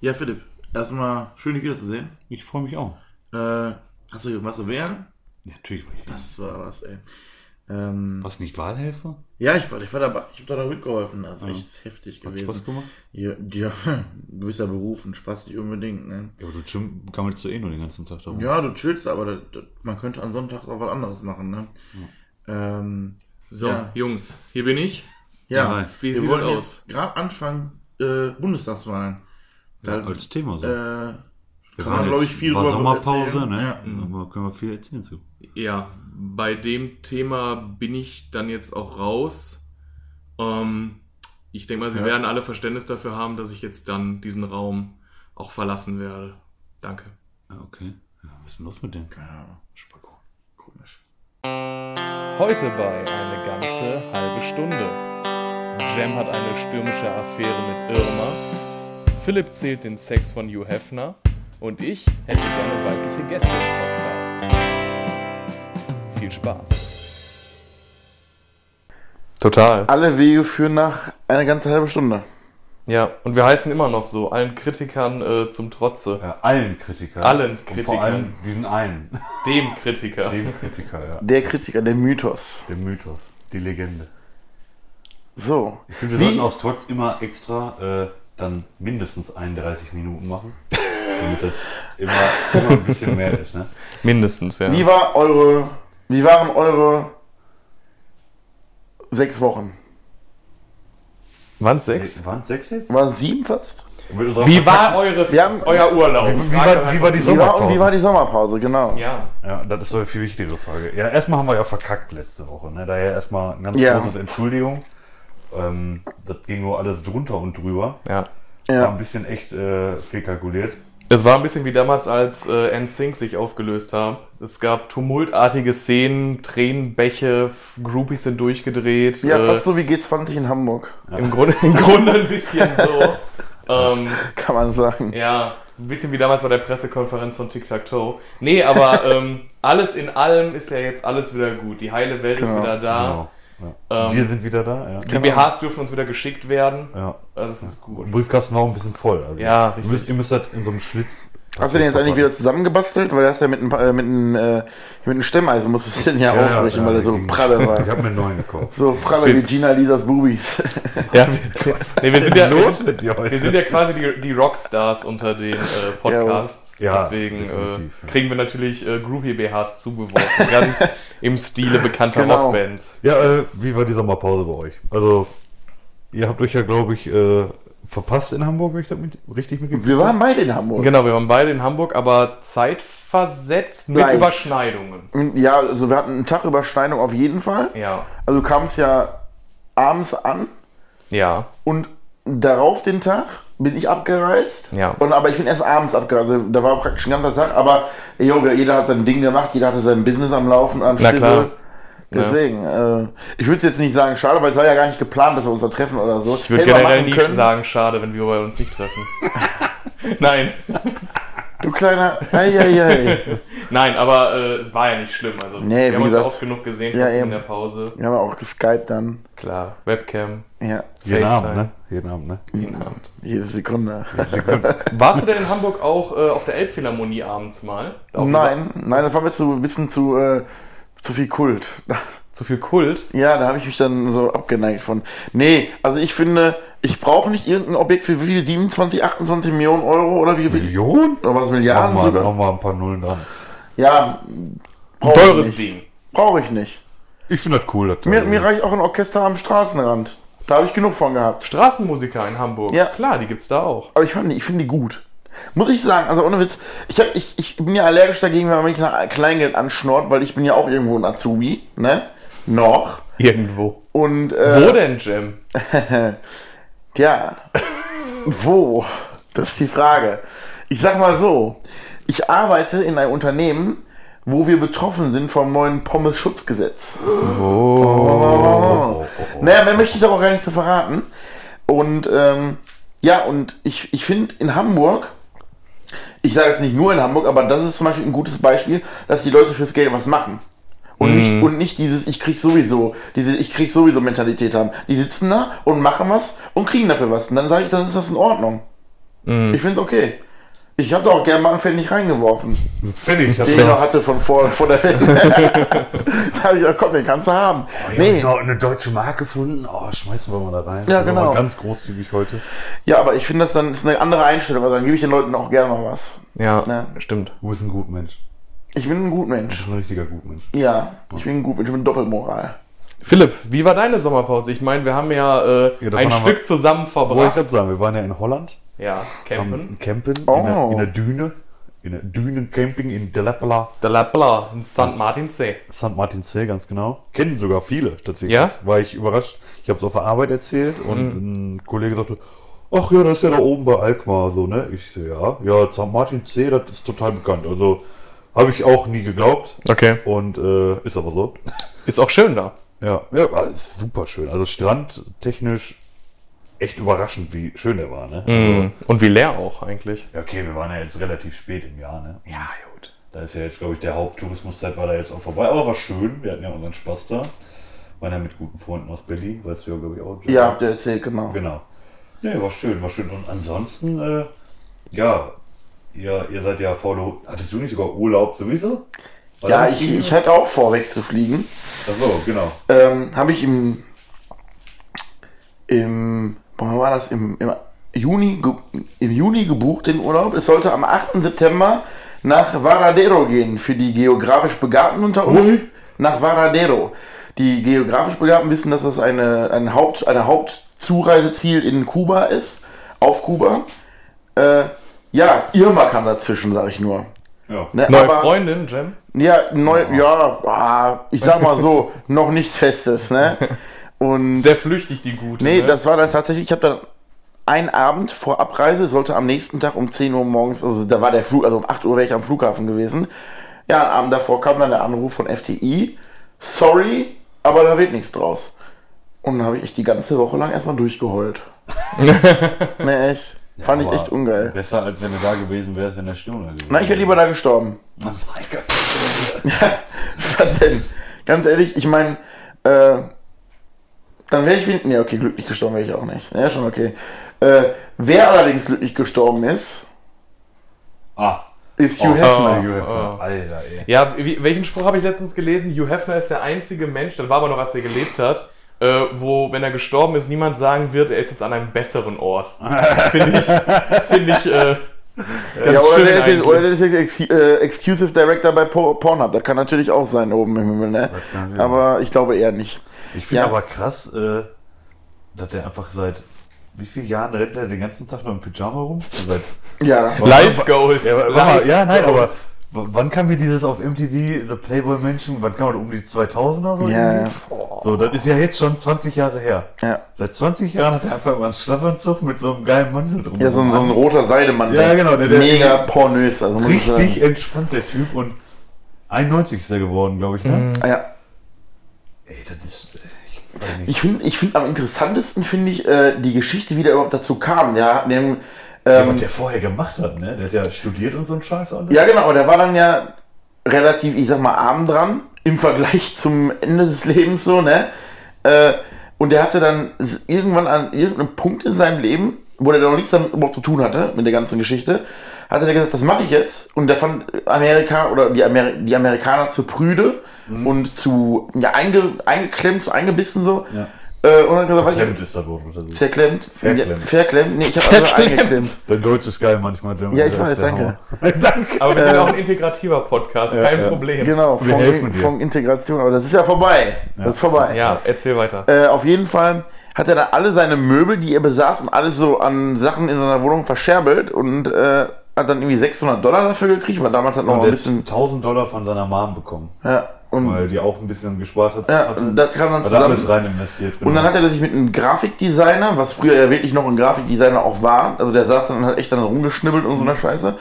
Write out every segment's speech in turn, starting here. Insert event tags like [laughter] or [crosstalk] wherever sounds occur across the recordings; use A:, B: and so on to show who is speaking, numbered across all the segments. A: Ja, Philipp, erstmal schön, dich wiederzusehen.
B: Ich freue mich auch.
A: Äh, hast du was zu wehren?
B: Ja, natürlich. war ich da.
A: Das war was, ey. Ähm,
B: Was nicht Wahlhelfer?
A: ja, ich war, ich war dabei. Ich habe da mitgeholfen. Das ist echt heftig
B: Hat
A: gewesen.
B: Spaß gemacht?
A: Ja, [laughs] ja, ein gewisser Beruf und Spaß nicht unbedingt, ne?
B: Ja, aber du Jim gammelst du eh nur den ganzen Tag darum.
A: Ja, du chillst, aber das, das, man könnte an Sonntag auch was anderes machen, ne? Ähm,
C: So,
A: Ja.
C: Jungs, hier bin ich.
A: ja,
B: Nein.
C: Wie
A: wir
C: sieht
A: wollen
C: das
A: jetzt gerade anfangen, äh, Bundestagswahlen. Da,
B: Als Thema so.
A: äh,
B: Wir
A: kann
B: waren
A: man, glaub
B: jetzt-
A: ich, viel
B: war
A: drüber
B: Sommerpause,
A: erzählen,
B: ne?
A: ja. Mhm.
B: Da können wir viel erzählen zu.
C: Ja, bei dem Thema bin ich dann jetzt auch raus. Ähm, ich denke mal, Sie
A: Ja.
C: werden alle Verständnis dafür haben, dass ich jetzt dann diesen Raum auch verlassen werde. Danke.
B: Ja, okay. Ja, was ist denn los mit dem?
A: keine Ahnung,
B: Spacko.
A: komisch.
D: Heute bei Eine ganze halbe Stunde. Jem hat eine stürmische Affäre mit Irma. Philipp zählt den Sex von Hugh Hefner. Und ich hätte gerne weibliche Gäste im Podcast. Viel Spaß. Total.
A: Alle Wege führen nach einer ganzen halben Stunde.
D: Ja, und wir heißen immer noch so, allen Kritikern äh, zum Trotze.
B: Ja, allen Kritikern.
D: Allen
B: Und
D: Kritikern.
B: vor allem diesen einen.
D: Dem
B: [laughs]
D: Kritiker.
B: Dem Kritiker, ja.
A: Der Kritiker, der Mythos.
B: Der Mythos. Die Legende.
A: So.
B: Ich finde, wir sollten aus Trotz immer extra äh, dann mindestens 31 Minuten [laughs] machen. Damit das immer, immer ein bisschen mehr ist, ne?
D: Mindestens, ja.
A: Wie war eure. Wie waren eure sechs Wochen?
D: Waren sechs?
B: Waren es sechs jetzt?
A: Waren es sieben fast?
B: Mit unserer-
D: Wie war eure,
A: Wir haben-
D: euer Urlaub?
B: Wie- wie
D: Frage
B: war- wie
D: halt
B: war die
D: was-
A: Wie war, und
B: Sommerpause.
A: wie war die Sommerpause, genau.
D: Ja.
B: Ja, das ist so eine viel wichtigere Frage. Ja, erstmal haben wir ja verkackt letzte Woche. Ne? Daher erstmal ein ganz
A: Ja.
B: großes Entschuldigung. Ähm, das ging nur alles drunter und drüber.
D: ja.
B: War ein
A: Ja.
B: bisschen echt äh, fehlkalkuliert.
D: Es war ein bisschen wie damals, als äh, NSYNC sich aufgelöst haben. Es gab tumultartige Szenen, Tränenbäche, F- Groupies sind durchgedreht.
A: ja,
D: äh,
A: fast so wie G20 in Hamburg,
D: im, Grunde, Im Grunde ein bisschen so. ähm,
A: kann man sagen.
D: ja, ein bisschen wie damals bei der Pressekonferenz von Tic-Tac-Toe. Nee, aber ähm, alles in allem ist ja jetzt alles wieder gut. Die heile Welt ist
A: Genau.
D: wieder da.
B: Genau, ja.
D: Ähm,
B: Wir sind wieder da. Ja.
D: Die BHs dürfen uns wieder geschickt werden.
B: Genau. ja.
D: Alles ist gut.
B: Und Briefkasten war auch ein bisschen voll. Also
D: Ja,
B: ihr
D: richtig.
B: müsst, ihr müsst das in so einem Schlitz.
A: Hast du den jetzt eigentlich wieder zusammengebastelt? Weil du hast ja mit einem, äh, mit einem, äh, mit einem Stemmeisen musstest du den ja, aufbrechen, weil er so
B: ging's.
A: pralle war.
B: Ich habe mir einen neuen gekauft.
A: So pralle wie Gina Lisas Bubis.
D: Ja, wir, nee, wir sind ja, wir sind,
B: mit dir heute?
D: Wir sind ja quasi die, die Rockstars unter den äh, Podcasts.
B: Ja,
D: Deswegen äh,
B: definitiv, ja.
D: kriegen wir natürlich äh, Groovy BHs zugeworfen.
A: [laughs]
D: ganz im Stile bekannter
A: Genau.
D: Rockbands.
B: Ja, äh, wie war die Sommerpause bei euch? Also, ihr habt euch ja, glaube ich, äh, verpasst in Hamburg, wenn ich das mit, richtig mitgekriegt
A: [laughs] Wir waren beide in Hamburg.
D: Genau, wir waren beide in Hamburg, aber zeitversetzt mit
A: Leicht.
D: Überschneidungen.
A: Ja, also wir hatten einen Tag Überschneidung auf jeden Fall.
D: Ja,
A: Also kam es ja abends an
D: ja.
A: und darauf den Tag bin ich abgereist.
D: Ja.
A: Und, aber ich bin erst abends abgereist. Also, da war praktisch ein ganzer Tag. Aber jo, jeder hat sein Ding gemacht, jeder hatte sein Business am Laufen. Am
D: Na klar.
A: Stissel. Deswegen, äh, ich würde es jetzt nicht sagen, schade, weil es war ja gar nicht geplant, dass wir uns da treffen oder so.
D: Ich würde
A: Hätten wir
D: generell
A: machen
D: nie
A: können.
D: sagen, schade, wenn wir bei uns nicht treffen. [laughs] Nein,
A: Du kleiner. Eieiei.
D: nein, aber äh, es war ja nicht schlimm. Also, wir
A: Nee, wie
D: haben uns ja
A: gesagt.
D: oft genug gesehen
A: Ja,
D: trotzdem in
A: eben.
D: der Pause.
A: wir haben auch geskypt dann.
D: Klar, Webcam,
A: Ja,
B: Jeden Abend,
D: FaceTime.
B: ne? Jeden Abend, ne?
D: Jeden Abend.
A: jede Sekunde. [laughs]
D: Warst du denn in Hamburg auch äh, auf der Elbphilharmonie abends mal? Auf
A: nein, nein, das war mir zu, ein bisschen zu, äh, zu viel Kult. [laughs]
D: Zu viel Kult?
A: Ja, da habe ich mich dann so abgeneigt von. Nee, also ich finde, ich brauche nicht irgendein Objekt für wie viel? 27, 28 Millionen Euro oder wie
D: Hm.
A: viel?
B: Million?
A: Oder was,
B: Ja,
A: Milliarden
B: mal,
A: sogar?
B: noch mal ein paar Nullen dran.
A: Ja,
D: Ein
A: brauche
D: teures
A: ich nicht.
D: Ding.
A: Brauche ich nicht.
B: Ich finde das cool. Das
A: Mir, mir reicht auch ein Orchester am Straßenrand. Da habe ich genug von gehabt.
D: Straßenmusiker in Hamburg.
A: Ja.
D: Klar, die gibt's da auch.
A: Aber ich, fand die- ich finde die gut. Muss ich sagen, also ohne Witz, ich, hab, ich, ich bin ja allergisch dagegen, wenn man mich nach Kleingeld anschnort, weil ich bin ja auch irgendwo ein Azubi, ne? Noch.
D: Irgendwo.
A: Und,
D: Wo
A: äh,
D: denn, Jim?
A: ja. Wo? Das ist die Frage. Ich sag mal so, ich arbeite in einem Unternehmen, wo wir betroffen sind vom neuen Pommes-Schutzgesetz.
B: Oh, oh, oh.
A: Naja, mehr möchte ich aber auch gar nicht zu verraten. Und ähm, ja, und ich, ich finde in Hamburg, ich sage jetzt nicht nur in Hamburg, aber das ist zum Beispiel ein gutes Beispiel, dass die Leute fürs Geld was machen. Und, nicht, und nicht dieses Ich krieg sowieso, diese Ich krieg sowieso Mentalität haben. Die sitzen da und machen was und kriegen dafür was. Und dann sage ich, dann ist das in Ordnung. Ich finde es okay. Ich habe da auch gerne mal einen Fan nicht reingeworfen,
B: Finde ich.
A: den ich noch hatte von vor, vor der Fan. [laughs] da habe ich gedacht, komm, den kannst du haben. nee,
B: Genau, eine deutsche Mark gefunden. Oh, schmeißen wir mal da rein.
A: Ja,
B: Sind wir
A: genau.
B: Mal ganz großzügig heute.
A: ja, aber ich finde das dann ist eine andere Einstellung, weil dann gebe ich den Leuten auch gerne mal was.
D: Ja,
A: Ja.
D: stimmt.
B: Du bist ein Gutmensch.
A: Ich bin ein Gutmensch.
B: Schon ein richtiger Gutmensch.
A: Ja, ich bin ein Gutmensch, ich bin Doppelmoral.
D: Philipp, wie war deine Sommerpause? Ich meine, wir haben ja, äh,
B: Ja, davon
D: ein
B: haben
D: Stück
B: wir-
D: zusammen
B: Wollte ich
D: verbracht.
B: gerade sagen, wir waren ja in Holland.
D: Ja, campen.
B: Am Campen.
A: Oh.
B: In, der, in der Düne. In der Dünen-Camping in Delapala.
D: Da la bla, in St. Martin See.
B: St. Martin See, ganz genau. Kennen sogar viele tatsächlich.
D: Ja?
B: War ich überrascht. Ich habe es auf der Arbeit erzählt
D: Mhm.
B: und ein Kollege sagte, ach ja, das ist ja da oben bei Alkmaar so, ne? Ich so, ja. Ja, St. Martin See, das ist total bekannt. Also habe ich auch nie geglaubt.
D: Okay.
B: Und äh, ist aber so.
D: Ist auch schön da.
B: Ja, ja, aber ist super schön. Also strandtechnisch echt überraschend, wie schön der war, ne?
D: Mhm. Und wie leer auch eigentlich.
B: Ja, okay, wir waren ja jetzt relativ spät im Jahr, ne? Und
D: gut.
B: Da ist ja jetzt, glaube ich, der Haupttourismuszeit war da jetzt auch vorbei. Aber war schön, wir hatten ja unseren Spaß da. Waren ja mit guten Freunden aus Berlin, weißt du ja, glaube ich, auch. Jack.
A: Ja, habt ihr erzählt, genau.
B: Genau. Nee, war schön, war schön. Und ansonsten, äh, ja, ihr, ihr seid ja voll. Hattest du nicht sogar Urlaub sowieso? War
A: Ja,
B: das
A: ich,
B: nicht?
A: ich hatte auch vor, wegzufliegen.
B: Ach so, genau.
A: ähm, habe ich im, im, wann war das, im, im, Juni, ge- im Juni gebucht den Urlaub. Es sollte am 8. September nach Varadero gehen, für die geografisch Begabten unter uns.
B: Ui.
A: Nach Varadero. Die geografisch Begabten wissen, dass das eine, ein Haupt, eine Hauptzureiseziel in Kuba ist, auf Kuba. Äh, ja, Irma kam dazwischen, sage ich nur.
B: Ja.
A: Ne,
D: Neue
A: aber-
D: Freundin, Jem?
A: ja, neu,
D: Oh.
A: ja, ah, ich sag mal so, [laughs] noch nichts Festes, ne? Und
D: Sehr flüchtig, die gute.
A: nee,
D: ne?
A: das war dann tatsächlich, ich habe dann einen Abend vor Abreise, sollte am nächsten Tag um 10 Uhr morgens, also da war der Flug, also um 8 Uhr wäre ich am Flughafen gewesen. Ja, am Abend davor kam dann der Anruf von FTI, sorry, aber da wird nichts draus. Und dann habe ich echt die ganze Woche lang
D: [laughs]
A: erstmal durchgeheult. nee, echt. Fand ich
B: Aber
A: echt ungeil.
B: Besser, als wenn du da gewesen wärst, wenn der Sturm da gewesen
A: Na, ich wäre lieber da gestorben.
B: Oh mein Gott.
A: Was denn? Ganz ehrlich, ich meine, äh, dann wäre ich wie. Nee, okay, glücklich gestorben wäre ich auch nicht. Ja, schon okay. Äh, wer allerdings glücklich gestorben ist,
B: ah.
A: ist Hugh
B: Oh,
A: Hefner.
B: Hugh Hefner.
D: Oh.
B: Alter, ey.
D: Ja, wie, welchen Spruch habe ich letztens gelesen? Hugh Hefner ist der einzige Mensch, das war aber noch, als er gelebt hat, äh, wo, wenn er gestorben ist, niemand sagen wird, er ist jetzt an einem
B: [laughs]
D: besseren Ort. Finde ich, finde ich, äh,
B: oh,
D: ganz
A: Ja, oder
D: schön
A: der, ist jetzt,
D: eigentlich.
A: oder der ist jetzt Ex äh, Exclusive Director bei Por- Pornhub. Das kann natürlich auch sein oben im Himmel, ne?
B: Das kann sein.
A: Aber ich glaube eher nicht.
B: Ich finde
A: Ja.
B: aber krass, äh, dass der einfach seit wie vielen Jahren rennt er den ganzen Tag nur im Pyjama rum? Also Seit,
A: Ja.
D: Live Goals.
B: ja, aber-
D: Live
B: ja, nein, aber w-
D: Goals.
B: wann kam mir dieses auf MTV, The Playboy Mansion, wann kam das um die 2000er so?
A: Ja,
B: irgendwie? So, das ist ja jetzt schon 20 Jahre her.
A: Ja.
B: Seit 20 Jahren hat er einfach immer einen Schlafanzug mit so einem geilen Mantel drum.
A: Ja, so, ein- so ein roter Seidemann.
B: Ja,
A: der
B: genau, der- der-
A: mega pornös. Also muss ich
B: Richtig
A: sagen.
B: entspannt, der Typ. Und 91 ist er geworden, glaube ich, ne?
A: Ah, Ja.
B: Ey, das ist... äh, Ich weiß nicht.
A: Ich finde, ich find, am interessantesten finde ich äh, die Geschichte, wie der überhaupt dazu kam. Ja, dem, ähm,
B: was der vorher gemacht hat, ne? Der hat ja studiert und so einen Scheiß. alles.
A: Ja, genau, aber der war dann ja relativ, ich sag mal, arm dran im Vergleich [laughs] zum Ende des Lebens so, ne? Äh, und der hatte dann s- irgendwann an irgendeinem Punkt in seinem Leben, wo der noch nichts damit überhaupt zu tun hatte, mit der ganzen Geschichte, hatte der gesagt, das mache ich jetzt. Und der fand Amerika oder die, Amer die Amerikaner zu prüde
B: Mhm.
A: und zu ja, einge eingeklemmt, so eingebissen so.
B: Ja.
A: Äh, und dann hat gesagt, weiß ich,
B: Klemmt ist das Wort oder so.
A: Zerklemmt.
B: Verklemmt.
A: Ja, verklemmt. Nee, ich habe andere
D: Zerklemmt.
A: eingeklemmt.
B: Dein Deutsch ist geil manchmal. Jim.
A: Ja, ich
B: Das
A: weiß,
B: ist der
A: danke.
B: Hammer. danke.
D: Aber wir sind auch ein integrativer Podcast, kein
B: Äh, ja.
D: Problem.
A: Genau,
B: Wir helfen
A: von,
B: dir.
A: von Integration. Aber das ist ja vorbei. Das ist vorbei.
D: Ja, erzähl weiter.
A: Äh, auf jeden Fall hat er dann alle seine Möbel, die er besaß und alles so an Sachen in seiner Wohnung verscherbelt und äh, hat dann irgendwie 600 Dollar dafür gekriegt, weil damals hat noch
B: Und
A: mal ein
B: der hat
A: bisschen...
B: 1000 Dollar von seiner Mom bekommen,
A: Ja, und,
B: weil die auch ein bisschen gespart hat.
A: Hm. ja,
B: hatte.
A: und das kam dann
B: hat er alles
A: zusammen.
B: rein investiert.
A: Und dann
B: genau.
A: hat er sich mit einem Grafikdesigner, was früher ja wirklich noch ein Grafikdesigner auch war, also der saß dann und hat echt dann rumgeschnibbelt und so
B: Mhm.
A: eine Scheiße.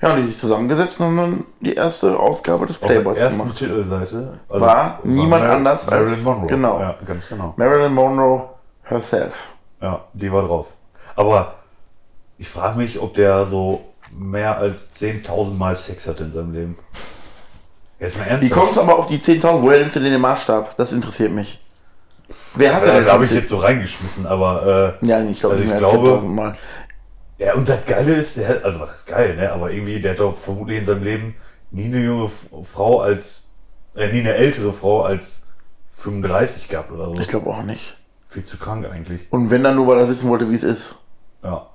A: Ja, und die sich zusammengesetzt und haben dann die erste Ausgabe des
B: auf der
A: Playboys
B: ersten
A: gemacht.
B: Titelseite also
A: War niemand anders als-
B: Marilyn Monroe.
A: genau.
B: Ja, ganz genau.
A: Marilyn Monroe herself.
B: Ja, die war drauf. Aber ich frage mich, ob der so mehr als 10.000 Mal Sex hatte in seinem Leben. Jetzt mal
A: Wie
B: ernsthaft.
A: kommst du aber auf die 10.000? Woher nimmst du denn den Maßstab? Das interessiert mich. Wer hat
B: Ja,
A: denn
B: da habe ich
A: schon
B: jetzt so reingeschmissen, aber äh,
A: Ja, ich glaube
B: Also
A: nicht
B: ich
A: mehr als
B: glaube-
A: 10.000 Mal.
B: Ja, und das Geile ist, der, hat- also was das geil, ne? Aber irgendwie, der hat doch vermutlich in seinem Leben nie eine junge F- Frau als, äh, nie eine ältere Frau als 35 gehabt oder so.
A: Ich glaube auch nicht.
B: Viel zu krank eigentlich.
A: Und wenn dann nur, weil er wissen wollte, wie es ist.
B: Ja.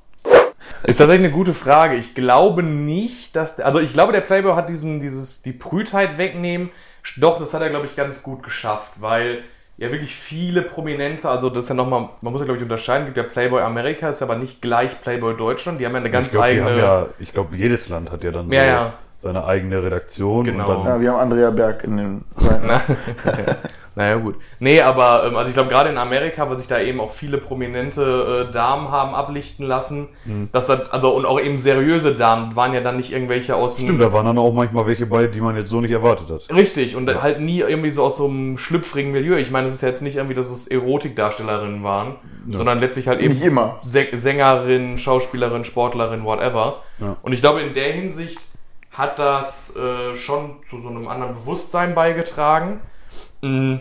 D: Ist tatsächlich eine gute Frage. Ich glaube nicht, dass der, also ich glaube, der Playboy hat diesen, dieses, die Prütheit wegnehmen. Doch, das hat er, glaube ich, ganz gut geschafft, weil ja wirklich viele Prominente, also das ist ja nochmal, man muss ja, glaube ich, unterscheiden, gibt ja Playboy Amerika, ist aber nicht gleich Playboy Deutschland, die haben ja eine ganz
B: ich glaube, die
D: eigene.
B: haben ja, ich glaube, jedes Land hat ja dann so
D: Ja, ja.
B: seine eigene Redaktion.
D: Genau.
B: Und dann,
A: Ja, wir haben Andrea Berg in den. Nein.
D: [laughs] Na, [laughs] naja, gut. Nee, aber ähm, also ich glaube, gerade in Amerika, weil sich da eben auch viele prominente äh, Damen haben ablichten lassen,
B: Mhm.
D: dass das, also und auch eben seriöse Damen waren ja dann nicht irgendwelche aus dem.
B: Stimmt, da waren dann auch manchmal welche bei, die man jetzt so nicht erwartet hat.
D: Richtig, und halt nie irgendwie so aus so einem schlüpfrigen Milieu. Ich meine, es ist ja jetzt nicht irgendwie, dass es Erotikdarstellerinnen waren, sondern letztlich halt
A: Nicht
D: eben
A: immer.
D: Sä- Sängerin, Schauspielerin, Sportlerin, whatever.
B: Ja.
D: Und ich glaube, in der Hinsicht hat das äh, schon zu so einem anderen Bewusstsein beigetragen. Mm.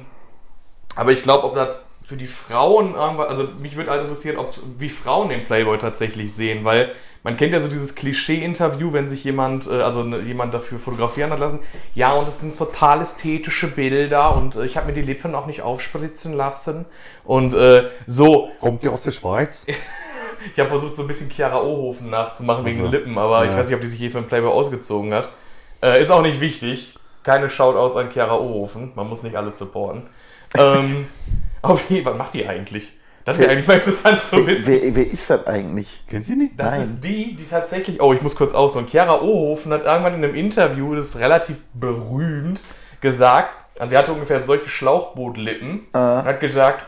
D: Aber ich glaube, ob das für die Frauen irgendwas, also mich würde halt interessieren, ob wie Frauen den Playboy tatsächlich sehen, weil man kennt ja so dieses Klischee-Interview, wenn sich jemand, äh, also ne, jemand dafür fotografieren hat lassen, ja, und das sind total ästhetische Bilder und äh, ich habe mir die Lippen auch nicht aufspritzen lassen und äh, so,
B: Kommt ihr aus der Schweiz?
D: ich habe versucht, so ein bisschen Chiara Ohofen nachzumachen wegen
B: Ach so.
D: den Lippen, aber ich
B: Ja.
D: weiß nicht, ob die sich je für einen Playboy ausgezogen hat. Äh, ist auch nicht wichtig. Keine Shoutouts an Chiara Ohofen. Man muss nicht alles supporten. Ähm, [laughs] auf jeden Fall, was macht die eigentlich? Das wäre eigentlich mal interessant zu wissen.
A: Wer, wer ist das eigentlich?
B: Kennst du nicht?
D: Das
A: Nein.
D: ist die, die tatsächlich. Oh, ich muss kurz ausholen. Chiara Ohofen hat irgendwann in einem Interview, das ist relativ berühmt, gesagt, also sie hatte ungefähr solche Schlauchbootlippen
B: Ah.
D: und hat gesagt,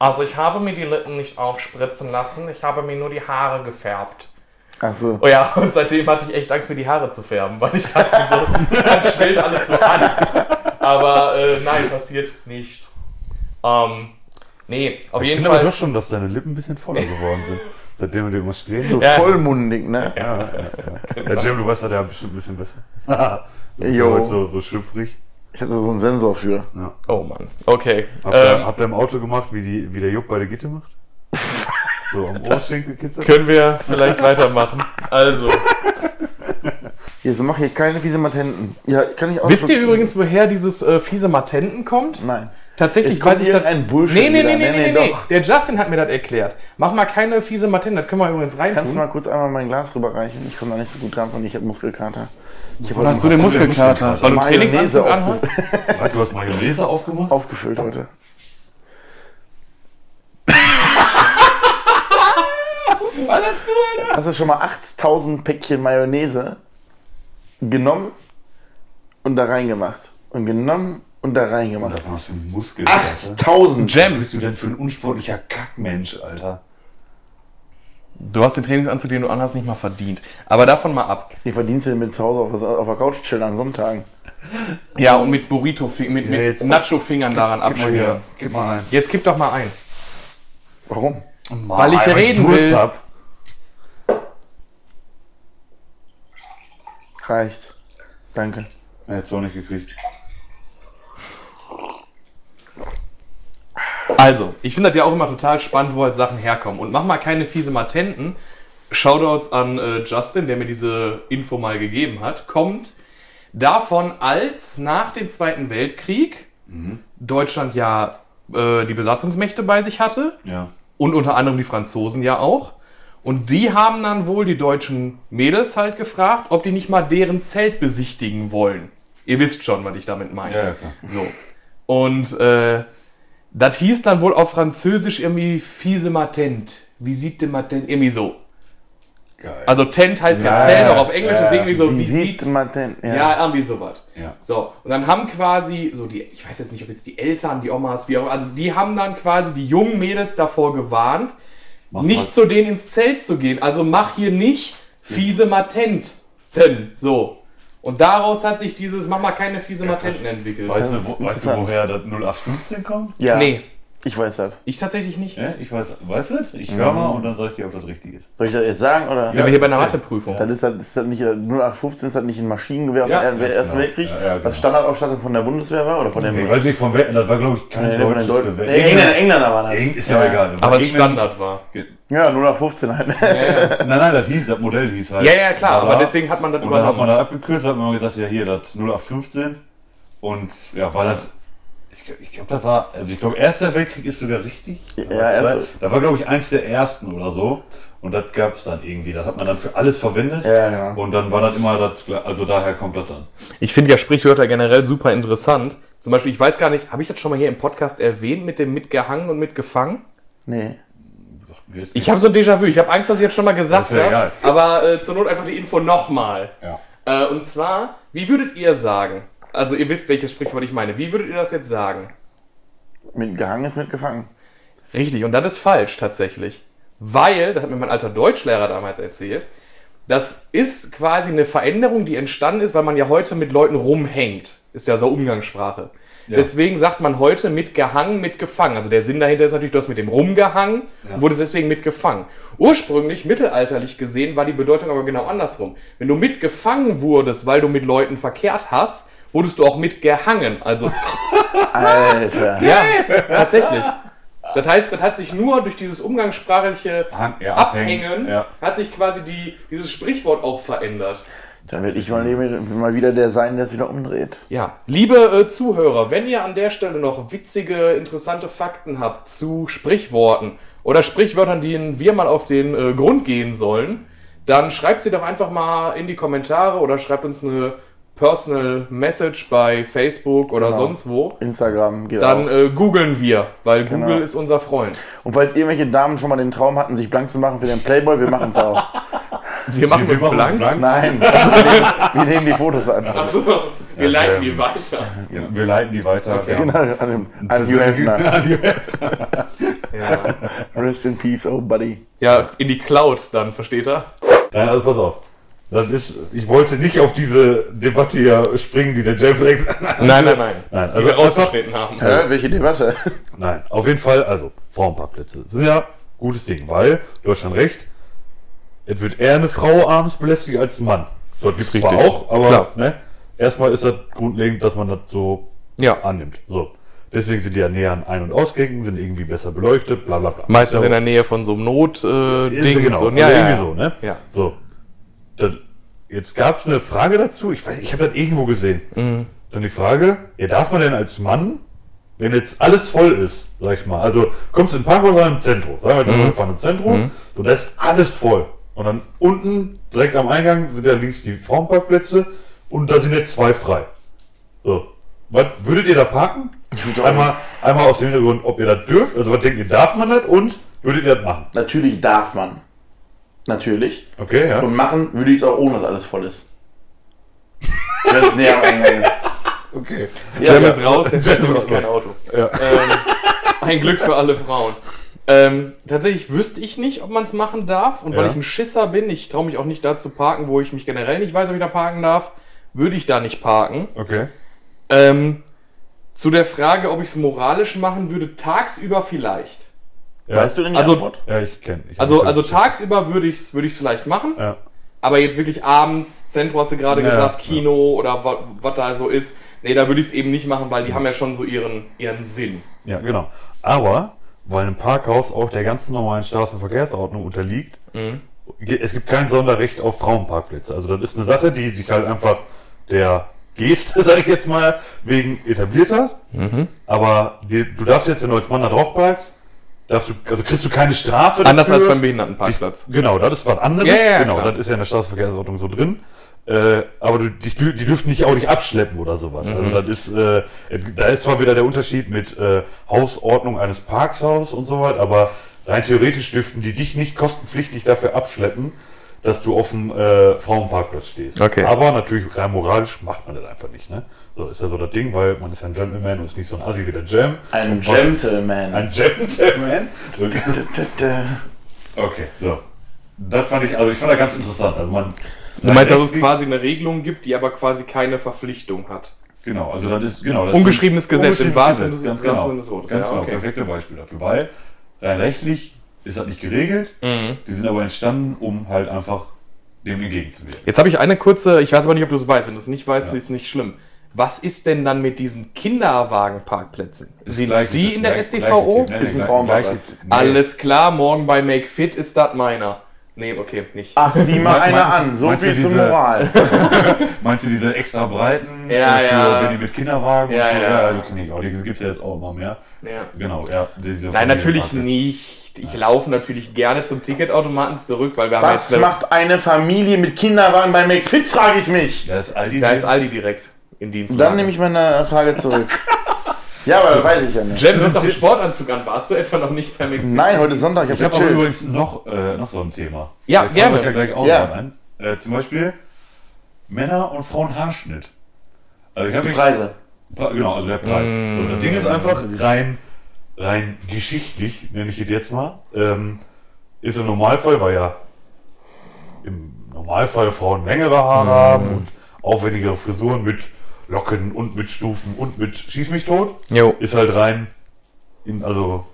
D: also ich habe mir die Lippen nicht aufspritzen lassen, ich habe mir nur die Haare gefärbt.
A: Achso.
D: Oh ja, [laughs] und seitdem hatte ich echt Angst, mir die Haare zu färben, weil ich dachte
B: [laughs]
D: so, dann schwillt alles so an. Aber äh, nein, passiert nicht. Ähm, nee, auf
B: Ich
D: jeden
B: finde aber
D: Fall.
B: doch schon, dass deine Lippen ein bisschen voller geworden sind, seitdem wir dir immer [laughs] stehen.
A: So
D: Ja.
A: vollmundig, ne?
B: Ja, ja, ja. ja, Jim, du weißt das ja bestimmt ein bisschen [laughs] besser. das ist ja
A: Jo.
B: heute so, so schlüpfrig.
A: Ich hatte so einen Sensor für.
B: Ja.
D: Oh Mann. Okay.
B: Habt,
D: ähm,
B: ihr, habt ihr im Auto gemacht, wie, die, wie der Jupp bei der Gitte macht? [laughs] So am Oberschenkel kitzelt?
D: Können wir vielleicht weitermachen? Also,
A: Jetzt mach hier keine fiese Matenten. Ja, kann ich auch
D: wisst ihr
A: schon-
D: übrigens, woher dieses äh, fiese Matenten kommt?
A: Nein.
D: Tatsächlich
A: Jetzt kommt
D: weiß ich das.
A: irgendein Bullshit
D: nee, nee,
A: wieder.
D: nee, nee,
A: Nee,
D: nee, nee,
A: nee,
D: nee.
A: doch.
D: Der Justin hat mir das erklärt. Mach mal keine fiese Matenten, das können wir übrigens
A: Kannst du
D: reintun.
A: mal kurz einmal mein Glas rüberreichen? Ich komme da nicht so gut dran und ich habe Muskelkater. Ich hab
E: Hast du den Muskelkater?
D: Weil du einen
A: Mayonnaise
D: Trainingsanzug anhast?
A: [laughs]
B: Warte, Du hast Mayonnaise aufgemacht?
A: aufgefüllt heute. Hast du schon mal 8000 Päckchen Mayonnaise genommen und da reingemacht? Und genommen und da reingemacht.
B: Was für ein Muskel. Alter.
A: 8000!
B: Was bist du denn für ein unsportlicher Kackmensch, Alter?
D: Du hast den Trainingsanzug, den du anhast, nicht mal verdient. Aber davon mal ab.
A: Die verdienst du mit zu Hause auf, auf der Couch chillen an Sonntagen.
D: Ja, und mit Burrito, mit,
B: Ja,
D: mit
B: jetzt-
D: Nacho-Fingern daran
B: Gib mal
D: abschmieren.
B: hier, gib mal ein.
D: Jetzt gib doch mal ein.
A: Warum?
D: Weil ich reden
B: Durst
D: will.
B: hab.
A: Reicht. Danke.
B: Er hat's auch nicht gekriegt.
D: Also, ich finde das ja auch immer total spannend, wo halt Sachen herkommen. Und mach mal keine fiese Matenten. Shoutouts an äh, Justin, der mir diese Info mal gegeben hat. Kommt davon, als nach dem Zweiten Weltkrieg Deutschland ja äh, die Besatzungsmächte bei sich hatte
B: Ja.
D: und unter anderem die Franzosen ja auch. Und die haben dann wohl die deutschen Mädels halt gefragt, ob die nicht mal deren Zelt besichtigen wollen. Ihr wisst schon, was ich damit meine.
B: Ja, ja, klar.
D: So. Und äh, das hieß dann wohl auf Französisch irgendwie fiese Matent. Visite Matent, irgendwie so.
B: Geil.
D: Also Tent heißt ja,
B: Ja,
D: Zelt auch auf Englisch,
B: ja.
D: deswegen irgendwie so
A: Wie sieht
D: Visite.
A: man denn?
D: Ja. irgendwie sowas.
B: Ja.
D: So, und dann haben quasi so die, ich weiß jetzt nicht, ob jetzt die Eltern, die Omas, wie auch, also die haben dann quasi die jungen Mädels davor gewarnt,
B: Mach
D: nicht
B: mal.
D: zu denen ins Zelt zu gehen. Also mach hier nicht fiese Matenten. So. Und daraus hat sich dieses, mach mal keine fiese Matenten entwickelt.
B: Weißt
A: Das
B: du,
A: ist
B: wo, weißt du,
A: interessant.
B: woher das 0815 kommt?
A: Ja.
D: Nee.
A: Ich weiß das.
D: Ich tatsächlich nicht.
B: Ja, ich weiß, weißt du? Ich höre mal und dann sag ich dir, ob das richtig ist.
A: Soll ich das jetzt sagen? Oder?
D: Sind wir hier bei einer Matheprüfung?
A: Dann ist das, ist das nicht äh, 0815, ist das nicht ein Maschinengewehr aus
B: Ja,
A: dem
B: ja,
A: Ersten
B: genau.
A: Weltkrieg,
B: Ja, ja, genau.
A: was Standardausstattung von der Bundeswehr war oder von der
B: Ich weiß nicht von welchem, das war glaube ich kein
A: Nee, von
B: deutsches
A: den Leuten.
B: Gewehr.
A: Nee, Engländer, Engländer waren das.
B: Irgend- Ist ja, egal.
D: Aber es
B: Irgendein-
D: Standard war.
A: Ja, 0815 halt. [laughs]
D: Ja, ja,
B: Nein, nein, das hieß, das Modell hieß halt.
D: ja, ja klar,
B: Radar.
D: aber deswegen hat man das
B: Und dann hat man
D: übernommen.
B: da abgekürzt, hat man gesagt, ja hier, das 0815. Und ja, weil das. Ich, glaub- ich glaube, das war. Also ich glaube, Erster Weltkrieg ist sogar richtig.
A: Ja, also-
B: Aber zwei-
A: erste-
B: Das war, glaube ich, eins der ersten oder so. Und das gab es dann irgendwie. Das hat man dann für alles verwendet.
A: Ja, ja.
B: Und dann war das immer das. gla- Also daher kommt das dann.
D: [laughs] Ich finde ja Sprichwörter generell super interessant. Zum Beispiel, ich weiß gar nicht, habe ich das schon mal hier im Podcast erwähnt mit dem mitgehangen und mitgefangen?
A: Nee.
B: Sagt mir jetzt
D: Ich habe so ein Déjà-vu. Ich habe Angst, dass ich jetzt schon mal gesagt
B: Das ist ja
D: habe.
B: egal.
D: Aber äh, zur Not einfach die Info nochmal.
B: Ja.
D: Äh, und zwar, wie würdet ihr sagen? Also ihr wisst, welches Sprichwort ich meine. Wie würdet ihr das jetzt sagen?
A: Mit gehangen ist mitgefangen.
D: Richtig, und das ist falsch tatsächlich. Weil, das hat mir mein alter Deutschlehrer damals erzählt, das ist quasi eine Veränderung, die entstanden ist, weil man ja heute mit Leuten rumhängt. Ist ja so Umgangssprache. Deswegen sagt man heute mitgehangen, mitgefangen. Also der Sinn dahinter ist natürlich, du hast mit dem rumgehangen und wurdest deswegen mitgefangen. Ursprünglich, mittelalterlich gesehen, war die Bedeutung aber genau andersrum. Wenn du mitgefangen wurdest, weil du mit Leuten verkehrt hast, wurdest du auch mitgehangen. Also
A: Alter.
D: ja, tatsächlich. Das heißt, das hat sich nur durch dieses umgangssprachliche
B: Hang- Ah, ja, abhängen,
D: Abhängen,
B: ja.
D: hat sich quasi die, dieses Sprichwort auch verändert.
A: Dann werde ich mal, neben- mal wieder der sein, der es wieder umdreht.
D: Ja, liebe äh, Zuhörer, wenn ihr an der Stelle noch witzige, interessante Fakten habt zu Sprichworten oder Sprichwörtern, denen wir mal auf den äh, Grund gehen sollen, dann schreibt sie doch einfach mal in die Kommentare oder schreibt uns eine Personal Message bei Facebook oder
A: Genau.
D: sonst wo.
A: Instagram geht
D: Dann
A: auch.
D: äh, googeln wir, weil Google
A: Genau.
D: ist unser Freund.
A: Und falls irgendwelche Damen schon mal den Traum hatten, sich blank zu machen für den Playboy, wir machen
B: [laughs]
A: es auch.
D: Wir machen uns blank.
A: Nein, Also wir, nehmen, wir nehmen die Fotos an.
D: Achso, wir
B: Ja,
D: leiten
B: ähm,
D: die weiter.
B: Ja, wir leiten die weiter.
D: Okay.
A: Genau, an dem,
B: [laughs]
A: an dem Hugh Hefner.
D: Ja.
A: Rest in peace, oh buddy.
D: ja, in die Cloud dann, versteht er?
B: Nein, also pass auf. Das ist, ich wollte nicht auf diese Debatte hier springen, die der Jamflex.
D: [laughs] Nein, nein, nein.
B: Nein,
D: Die
B: also
D: wir
B: einfach,
D: rausgeschnitten haben.
A: Hä, welche Debatte?
B: nein, auf jeden Fall, also Frauenparkplätze sind ja gutes Ding, weil Deutschland recht, es wird eher eine Frau abends belästigt als ein Mann. Dort gibt es
D: Ist
B: zwar
D: richtig.
B: auch, aber
D: Klar.
B: ne, erstmal ist das grundlegend, dass man das so
D: Ja,
B: annimmt. So. Deswegen sind die ja näher an Ein- und Ausgängen, sind irgendwie besser beleuchtet, bla bla bla.
D: meistens
B: Ist ja
D: in der Nähe von so einem Not-Ding.
B: Ist sie genau.
D: so.
B: also irgendwie so, ne?
D: Ja.
B: So. Dann, jetzt gab es eine Frage dazu. Ich weiß, ich habe das irgendwo gesehen.
D: Mhm.
B: Dann die Frage: Ja, darf man denn als Mann, wenn jetzt alles voll ist, sag ich mal, also kommst du in den Parkhaus an im Zentrum, sagen wir
D: Mhm.
B: jetzt, wir fahren im Zentrum, so da ist alles voll. Und dann unten, direkt am Eingang, sind ja links die Frauenparkplätze und da sind jetzt zwei frei. So. Was würdet ihr da parken? Einmal, einmal aus dem Hintergrund, ob ihr das dürft, also was denkt ihr, darf man das und würdet ihr das machen?
A: Natürlich darf man. Natürlich.
B: Okay, ja.
A: Und machen würde ich es auch ohne, dass alles voll ist. Wenn es näher am Eingang ist.
B: Okay.
D: Jam
A: ja.
D: ist raus, [laughs] jetzt
B: Jam
D: hat nämlich
B: ist
D: kein
B: raus.
D: Auto.
B: Ja.
D: Ähm, ein Glück für alle Frauen. Ähm, tatsächlich wüsste ich nicht, ob man es machen darf. Und weil
B: Ja.
D: ich ein Schisser bin, ich traue mich auch nicht da zu parken, wo ich mich generell nicht weiß, ob ich da parken darf, würde ich da nicht parken.
B: Okay.
D: Ähm, zu der Frage, ob ich es moralisch machen würde, tagsüber vielleicht.
B: Ja.
A: Weißt du denn die
D: Also-
A: Antwort?
B: Ja, ich kenne. Ich
D: Also,
B: kenn-
D: also tagsüber würde ich es würde ich's vielleicht machen,
B: Ja.
D: aber jetzt wirklich abends, Zentrum hast du gerade
B: Ja,
D: gesagt,
B: ja.
D: Kino oder wa- was da so ist. Nee, da würde ich es eben nicht machen, weil die haben ja schon so ihren, ihren Sinn.
B: ja, genau. Aber, weil ein Parkhaus auch der ganzen normalen Straßenverkehrsordnung unterliegt, ge- es gibt kein Sonderrecht auf Frauenparkplätze. Also, das ist eine Sache, die sich halt einfach der Geste, [laughs] sage ich jetzt mal, wegen etabliert hat.
D: Mhm.
B: Aber die, du darfst jetzt, wenn du als Mann da drauf parkst, darfst du, also kriegst du keine Strafe
D: Anders als
B: dafür.
D: beim Behindertenparkplatz.
B: Dich, genau, das ist was anderes.
D: Ja, ja, ja,
B: genau,
D: klar.
B: das ist ja in der Straßenverkehrsordnung so drin. Äh, aber du, dich, dür- die dürfen nicht auch nicht abschleppen oder sowas.
D: Mhm.
B: Also das ist, äh, da ist zwar wieder der Unterschied mit äh, Hausordnung eines Parkshaus und so weiter, aber rein theoretisch dürften die dich nicht kostenpflichtig dafür abschleppen, dass du auf dem äh, Frauenparkplatz stehst.
D: Okay.
B: Aber natürlich rein moralisch macht man das einfach nicht. Ne? So ist ja so das Ding, weil man ist ja ein Gentleman und ist nicht so ein Assi wie der Jam.
A: Ein
B: Und man-
A: Gentleman.
B: Ein Gentleman. [laughs] Und- Okay, so. Das fand ich, also ich fand das ganz interessant. Also man.
D: Du meinst also, es quasi eine Regelung gibt, die aber quasi keine Verpflichtung hat.
B: Genau, also das ist genau das
D: Ungeschriebenes
B: ist
D: Gesetz im wahrsten
B: Gesetz,
D: Sinne
B: ganz
D: des- im
B: genau,
D: wahrsten Sinne des Wortes.
B: Ganz
D: Ja,
B: genau,
D: okay.
B: perfekte Beispiel dafür. Weil rein rechtlich ist das nicht geregelt,
D: Mhm.
B: die sind aber entstanden, um halt einfach dem entgegenzuwirken.
D: Jetzt habe ich eine kurze, ich weiß aber nicht, ob du es weißt. Wenn du es nicht weißt,
B: Ja.
D: ist nicht schlimm. Was ist denn dann mit diesen Kinderwagenparkplätzen?
B: Ist
D: Sind
B: gleich-
D: die in der
B: gleich-
D: StVO?
B: gleiche Themen,
A: Ist ein
B: gleich-
A: Traum,
B: gleiches-
A: aber-
B: nee.
D: Alles klar, morgen bei Make Fit ist das meiner. Nee, okay, nicht.
A: Ach, sieh mal
B: Meinst-
A: einer an. So
B: meinst du
A: viel zur
B: diese-
A: Moral.
B: Meinst du diese extra breiten,
D: Ja,
B: äh, für,
D: ja.
B: wenn die mit Kinderwagen
D: Ja,
B: und so,
D: ja.
B: ja, die kenne ich auch, die gibt es ja jetzt auch immer mehr.
D: Ja.
B: Genau, ja. diese
D: Nein, natürlich
B: Familienparkplätze.
D: nicht. Ich laufe natürlich gerne zum Ticketautomaten zurück, weil wir haben
A: Was
D: jetzt.
A: macht eine Familie mit Kinderwagen bei McFit, frage ich mich.
B: Da ist Aldi.
D: da ist Aldi direkt im Dienst.
A: Dann nehme ich meine Frage zurück. ja, aber das weiß ich ja nicht.
D: Jem, du hast doch einen Sportanzug an. Warst du etwa noch nicht bei McFit?
A: Nein, heute ist Sonntag, ich
B: ich
A: hab
B: habe aber
A: gechillt.
B: übrigens noch, äh, noch so ein Thema.
D: Ja,
B: Jetzt
D: gerne.
B: fangen wir gleich auch
A: Ja.
B: dran an. Äh, zum Beispiel Männer- und Frauenhaarschnitt. Also ich habe
A: Die Preise.
B: Pra- Genau, also der Preis.
D: Mm.
B: So, das Ding ist einfach rein, rein geschichtlich, nenne ich es jetzt mal. Ähm, ist im Normalfall, weil ja im Normalfall Frauen längere
D: Mm.
B: Haare haben und aufwendigere Frisuren mit Locken und mit Stufen und mit Schieß mich tot,
D: Jo.
B: ist halt rein in, also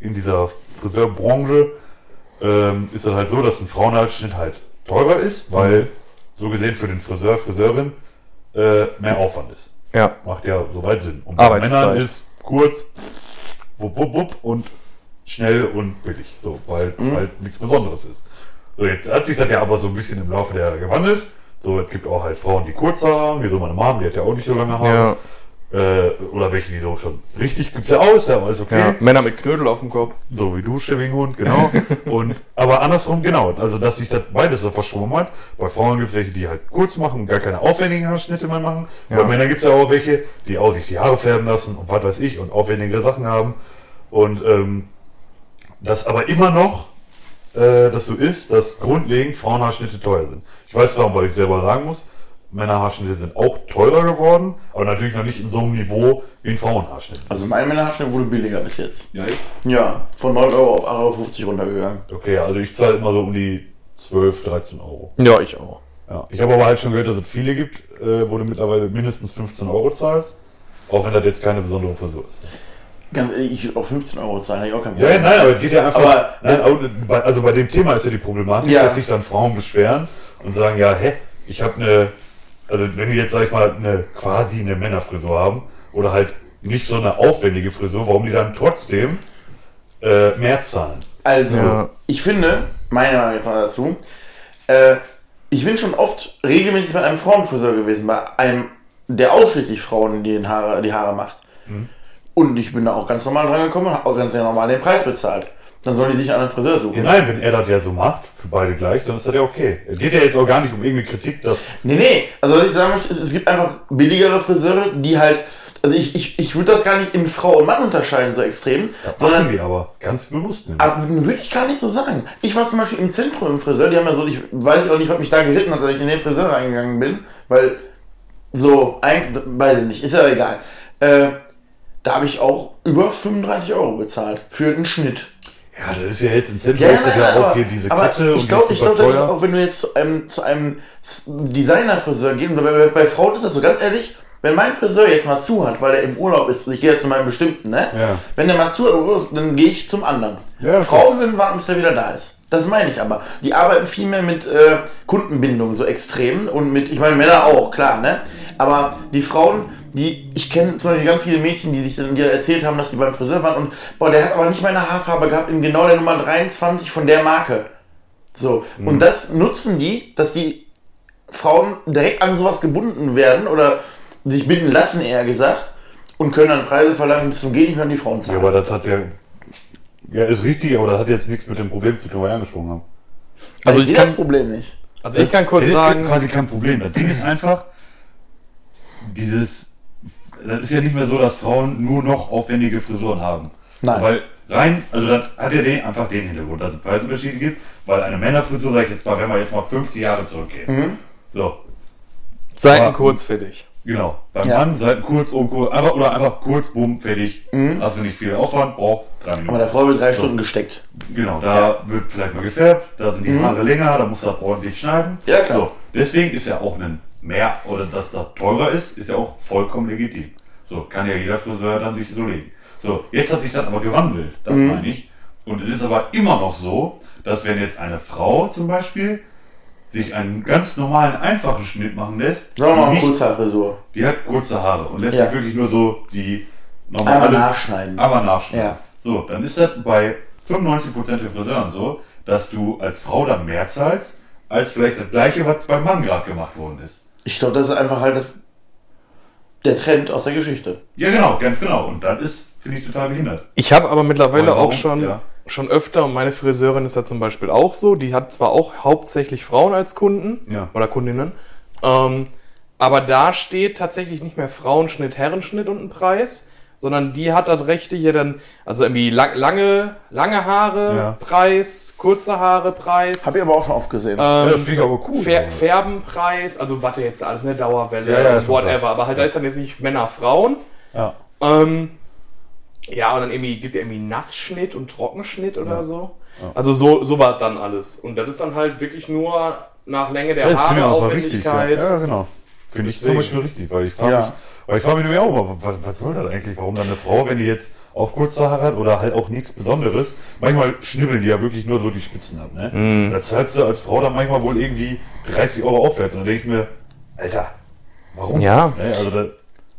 B: in dieser Friseurbranche ähm, ist das halt so, dass ein Frauenhaarschnitt halt teurer ist, weil so gesehen für den Friseur, Friseurin äh, mehr Aufwand ist.
D: Ja.
B: Macht ja soweit Sinn. Und bei
D: Arbeitszeit.
B: Männern ist kurz, wupp, wupp, wupp und schnell und billig. So, weil
D: Mhm.
B: halt nichts Besonderes ist. So, jetzt hat sich das ja aber so ein bisschen im Laufe der Jahre gewandelt. So, es gibt auch halt Frauen, die kurze Haare haben, wie so meine Mom, die hat ja auch nicht so lange Haare. Äh, oder welche, die so schon richtig also gibt's ja aus, ja, alles okay.
D: Männer mit Knödel auf dem Kopf.
B: So wie du, Schillinghund, genau. Und, aber andersrum, genau. Also, dass sich das beides so verschwommen hat. Bei Frauen gibt es welche, die halt kurz machen, gar keine aufwendigen Haarschnitte mehr machen.
D: Ja.
B: Bei Männern gibt es ja auch welche, die auch sich die Haare färben lassen und was weiß ich und aufwendigere Sachen haben. Und ähm, das aber immer noch äh, das so ist, dass grundlegend Frauenhaarschnitte teuer sind. Ich weiß warum, weil ich selber sagen muss, Männerhaarschnitte sind auch teurer geworden, aber natürlich noch nicht in so einem Niveau wie ein Frauenhaarschnitt.
A: Also mein Männerhaarschnitt wurde billiger bis jetzt.
B: ja, ich
A: Ja, von 9 Euro auf 8,50 Euro runtergegangen.
B: Okay, also ich zahle immer so um die 12, 13 Euro.
D: Ja, ich auch.
B: Ja. Ich habe aber halt schon gehört, dass es viele gibt, äh, wo du mittlerweile mindestens 15 Euro zahlst. Auch wenn das jetzt keine besondere Frisur ist.
A: Ganz ehrlich, ich auf 15 Euro zahlen, hab ich auch kein
B: Ja, ja,
A: Problem.
B: nein, aber es geht ja einfach.
A: Aber-
B: nein, auch, bei- also bei dem Thema ist ja die Problematik,
A: Ja.
B: dass sich dann Frauen beschweren und sagen: Ja, hä, ich habe eine. Also, wenn die jetzt, sag ich mal, eine quasi eine Männerfrisur haben oder halt nicht so eine aufwendige Frisur, warum die dann trotzdem äh, mehr zahlen?
A: Also,
D: Ja.
A: ich finde, meine Meinung jetzt mal dazu, äh, ich bin schon oft regelmäßig bei einem Frauenfriseur gewesen, bei einem, der ausschließlich Frauen die, den Haare, die Haare macht. Und ich bin da auch ganz normal dran gekommen und habe auch ganz normal den Preis bezahlt. Dann sollen die sich einen anderen Friseur
B: Ja,
A: suchen.
B: nein, wenn er das ja so macht, für beide gleich, dann ist das ja okay. Es geht ja jetzt auch gar nicht um irgendeine Kritik, dass.
A: Nee, nee. Also was ich sagen möchte, ist, es gibt einfach billigere Friseure, die halt. Also ich, ich, ich würde das gar nicht in Frau und Mann unterscheiden, so extrem,
B: Machen
A: sondern.
B: die aber ganz bewusst nicht.
A: Aber würde ich gar nicht so sagen. Ich war zum Beispiel im Zentrum im Friseur, die haben ja so, ich weiß auch nicht, was mich da geritten hat, dass ich in den Friseur reingegangen bin, weil so, ein, weiß ich nicht, ist ja egal. Äh, da habe ich auch über 35 Euro bezahlt für einen Schnitt.
B: Ja, das ist ja jetzt im Zentrum, ist das ja
A: nein,
B: auch hier diese
A: aber
B: Kette
A: ich glaube,
B: die
A: ich
B: ist
A: glaube,
B: super
A: das ist
B: teuer.
A: auch, wenn du jetzt zu einem, zu einem S- Designer-Friseur gehst, und bei, bei, bei Frauen ist das so, ganz ehrlich, wenn mein Friseur jetzt mal zu hat, weil er im Urlaub ist, und ich gehe ja zu meinem bestimmten, ne?
B: Ja.
A: Wenn der mal zu hat, im Urlaub ist, dann gehe ich zum anderen.
B: Ja, das
A: Frauen würden warten, bis er wieder da ist. Das meine ich aber. Die arbeiten viel mehr mit äh, Kundenbindung so extrem und mit, ich meine Männer auch, klar, ne? Aber die Frauen, die, ich kenne zum Beispiel ganz viele Mädchen, die sich dann die erzählt haben, dass die beim Friseur waren und, boah, der hat aber nicht meine Haarfarbe gehabt in genau der Nummer 23 von der Marke. So,
B: Mhm.
A: und das nutzen die, dass die Frauen direkt an sowas gebunden werden oder sich binden lassen, eher gesagt, und können dann Preise verlangen, bis zum Gehen nicht mehr an die Frauen
B: Ja,
A: zahlen.
B: aber das hat ja. Ja, ist richtig, aber das hat jetzt nichts mit dem Problem zu tun, was wir angesprochen haben.
D: Also
A: ich
D: ich
A: sehe
D: kann-
A: das Problem nicht.
D: Also ich kann kurz
B: das
D: sagen.
B: ist quasi kein Problem. Das Ding ist einfach, dieses. Das ist ja nicht mehr so, dass Frauen nur noch aufwendige Frisuren haben.
A: Nein.
B: Weil rein, also das hat ja den, einfach den Hintergrund, dass es Preisunterschiede gibt, weil eine Männerfrisur, sag ich jetzt mal, wenn wir jetzt mal 50 Jahre zurückgehen.
A: Mhm.
B: So,
D: Seiten kurz für dich.
B: Genau. Beim
A: Ja.
B: Mann seid kurz oben, kurz, einfach, oder einfach kurz, bumm, fertig. Hast du nicht viel Aufwand, braucht drei
A: Mhm. Aber
B: Minuten.
A: der Frau wird drei Stunden gesteckt.
B: Genau, da wird
A: Mhm.
B: vielleicht mal gefärbt, da sind die Haare länger, da musst du auch ordentlich schneiden.
A: Ja, klar.
B: So, deswegen ist ja auch ein mehr oder dass das teurer ist, ist ja auch vollkommen legitim. So kann ja jeder Friseur dann sich so legen. So, jetzt hat sich das aber gewandelt, das
A: Mhm.
B: meine ich. Und es ist aber immer noch so, dass wenn jetzt eine Frau zum Beispiel sich einen ganz normalen, einfachen Schnitt machen lässt,
A: Sagen wir mal
B: die nicht-
A: Kurzhaarfrisur.
B: die hat kurze Haare und lässt
A: Ja.
B: sich wirklich nur so die nochmal
A: Einmal
B: alles-
A: nachschneiden.
B: aber nachschneiden.
A: Ja.
B: So, dann ist das bei 95% der Friseuren so, dass du als Frau dann mehr zahlst, als vielleicht das gleiche, was beim Mann gerade gemacht worden ist.
A: Ich glaube, das ist einfach halt das, der Trend aus der Geschichte.
B: Ja, genau, ganz genau. Und das ist, finde ich, total behindert.
D: Ich habe aber mittlerweile
B: Aber warum?
D: auch schon,
B: Ja.
D: schon öfter, und meine Friseurin ist ja zum Beispiel auch so, die hat zwar auch hauptsächlich Frauen als Kunden
B: Ja.
D: oder Kundinnen, ähm, aber da steht tatsächlich nicht mehr Frauenschnitt, Herrenschnitt und ein Preis, sondern die hat das Rechte hier dann, also irgendwie lang, lange, lange Haare,
B: Ja.
D: Preis, kurze Haare, Preis.
A: Habe ich aber auch schon oft gesehen.
D: ähm,
B: finde ich aber
D: Fer Färbenpreis, also warte jetzt alles, ne? Dauerwelle,
B: Ja, ja, ist schon
D: whatever.
B: klar.
D: Aber halt, da ist dann jetzt nicht Männer, Frauen.
B: Ja.
D: Ähm, ja, und dann irgendwie gibt er irgendwie Nassschnitt und Trockenschnitt oder so. Also so, so war dann alles. Und das ist dann halt wirklich nur nach Länge der
B: finde
D: Haare,
B: ich auch richtig. Ja,
D: Aufwendigkeit.
B: ja genau. Finde ich zum
D: Deswegen.
B: Beispiel richtig, weil ich frage
A: Ja.
B: mich, weil ich frage mich nämlich auch mal, was, was soll das eigentlich? Warum dann eine Frau, wenn die jetzt auch kurze Haare hat oder halt auch nichts Besonderes, manchmal schnibbeln die ja wirklich nur so die Spitzen ab, ne?
A: Mhm.
B: Da zahlst du als Frau dann manchmal wohl irgendwie 30 Euro aufwärts. Und dann denke ich mir, Alter, warum?
D: Ja.
B: Ne? Also das,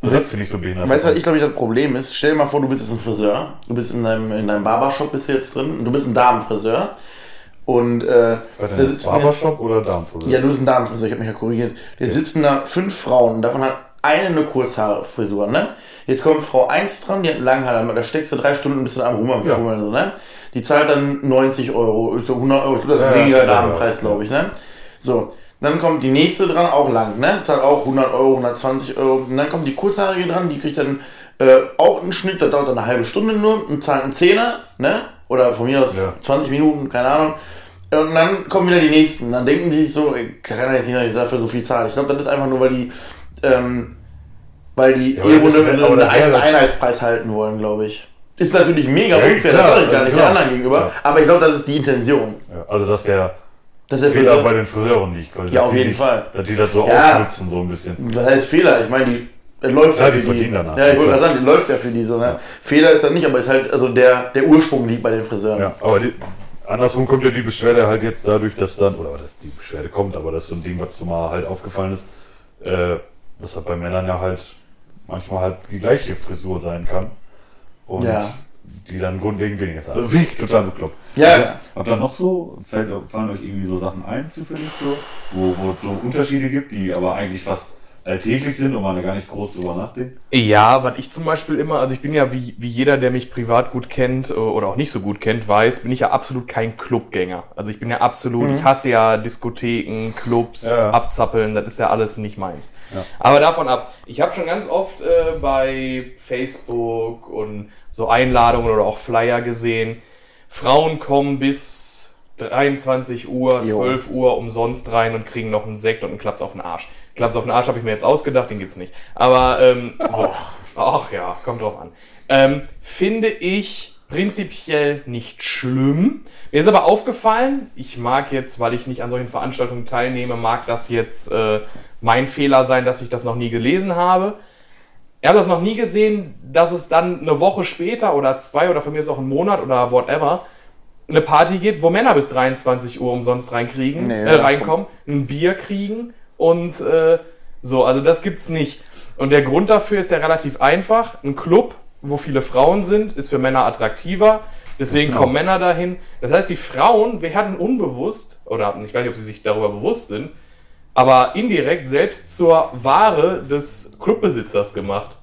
B: das finde ich so behindert.
A: Weißt du, was ich glaube, ich das Problem ist? Stell dir mal vor, du bist jetzt ein Friseur. Du bist in deinem, in deinem Barbershop bist du jetzt drin. Und du bist ein Damenfriseur. Und äh,
B: Warte,
A: da sitzen jetzt,
B: Barbershop oder Darmfriseur?
A: Äh, Ja, du bist ein Damenfriseur, ich habe mich ja korrigiert. Jetzt sitzen da fünf Frauen. Davon hat eine eine Kurzhaarfrisur, ne? Jetzt kommt Frau 1 dran, die hat einen langen Haar. Da steckst du drei Stunden ein bisschen am
B: Ja.
A: Rumfummeln, so, ne? Die zahlt dann 90 Euro, so 100 Euro. Ich glaube, das ist
B: Ja,
A: weniger
B: ja, ja,
A: Damenpreis,
B: ja.
A: glaube ich, ne? So. Dann kommt die nächste dran, auch lang, ne? Zahlt auch 100 Euro, 120 Euro. Und dann kommt die kurzhaarige dran, die kriegt dann äh, auch einen Schnitt, das dauert dann eine halbe Stunde nur, und zahlt einen Zehner, ne? Oder von mir aus
B: Ja.
A: 20 Minuten, keine Ahnung. Äh, Und dann kommen wieder die nächsten. Dann denken die sich so, ey, kann ja jetzt nicht sein, ich dafür so viel zahlen. Ich glaube, das ist einfach nur, weil die, ähm, weil die
B: Ja, aber
A: irgendwo
B: das ist- halt
A: einen
B: aber das wäre
A: einen
B: das-
A: Einheitspreis halten wollen, glaube ich. Ist natürlich mega
B: Ja,
A: unfair,
B: klar,
A: das sage ich gar nicht
B: klar.
A: den anderen gegenüber.
B: Ja.
A: Aber ich glaube, das ist die Intention.
B: Ja, Also das ist der
A: Das ist
B: Fehler bei den Friseuren nicht. weil
A: Ja,
B: dass
A: auf
B: die
A: jeden
B: nicht-
A: Fall.
B: Dass die das so
A: Ja.
B: ausnutzen, so ein bisschen.
A: Was heißt Fehler? Ich meine, die es läuft
B: Ja,
A: ja,
B: die
A: für die.
B: verdienen danach.
A: Ja, ich wollte gerade sagen, die läuft ja für die. So, ne? Fehler ist das nicht, aber ist halt, also der, der Ursprung liegt bei den Friseuren.
B: Ja, aber die, andersrum kommt ja die Beschwerde halt jetzt dadurch, dass dann, oder dass die Beschwerde kommt, aber das ist so ein Ding, was so mal halt aufgefallen ist, äh, dass das bei Männern ja halt manchmal halt die gleiche Frisur sein kann. Und
A: Ja.
B: die dann grundlegend weniger zahlen. Also finde ich total bekloppt.
A: Ja.
B: Also, Habt ihr noch so, fällt, fallen euch irgendwie so Sachen ein, zufällig so, wo, wo es so Unterschiede gibt, die aber eigentlich fast alltäglich sind und man da gar nicht groß drüber nachdenkt?
D: Ja, was ich zum Beispiel immer, also ich bin ja wie, wie jeder, der mich privat gut kennt äh, oder auch nicht so gut kennt, weiß, bin ich ja absolut kein Clubgänger. Also ich bin ja absolut, ich hasse ja Diskotheken, Clubs,
B: Mhm. Ja.
D: abzappeln, das ist ja alles nicht meins.
B: Ja.
D: Aber davon ab, ich habe schon ganz oft äh, bei Facebook und so Einladungen oder auch Flyer gesehen, Frauen kommen bis 23 Uhr,
A: Jo.
D: 12 Uhr umsonst rein und kriegen noch einen Sekt und einen Klaps auf den Arsch. Klaps auf den Arsch habe ich mir jetzt ausgedacht, den gibt's nicht. Aber ähm, so. ach ja, kommt drauf an. Ähm, finde ich prinzipiell nicht schlimm. Mir ist aber aufgefallen, ich mag jetzt, weil ich nicht an solchen Veranstaltungen teilnehme, mag das jetzt äh, mein Fehler sein, dass ich das noch nie gelesen habe. Ich habe das noch nie gesehen, dass es dann eine Woche später oder zwei oder von mir ist auch ein Monat oder whatever eine Party gibt, wo Männer bis 23 Uhr umsonst reinkriegen,
A: Nee,
D: äh, reinkommen, ein Bier kriegen und äh, so. Also das gibt's nicht. Und der Grund dafür ist ja relativ einfach. Ein Club, wo viele Frauen sind, ist für Männer attraktiver. Deswegen
B: Genau.
D: kommen Männer dahin. Das heißt, die Frauen werden unbewusst, oder ich weiß nicht, ob sie sich darüber bewusst sind, aber indirekt selbst zur Ware des Clubbesitzers gemacht.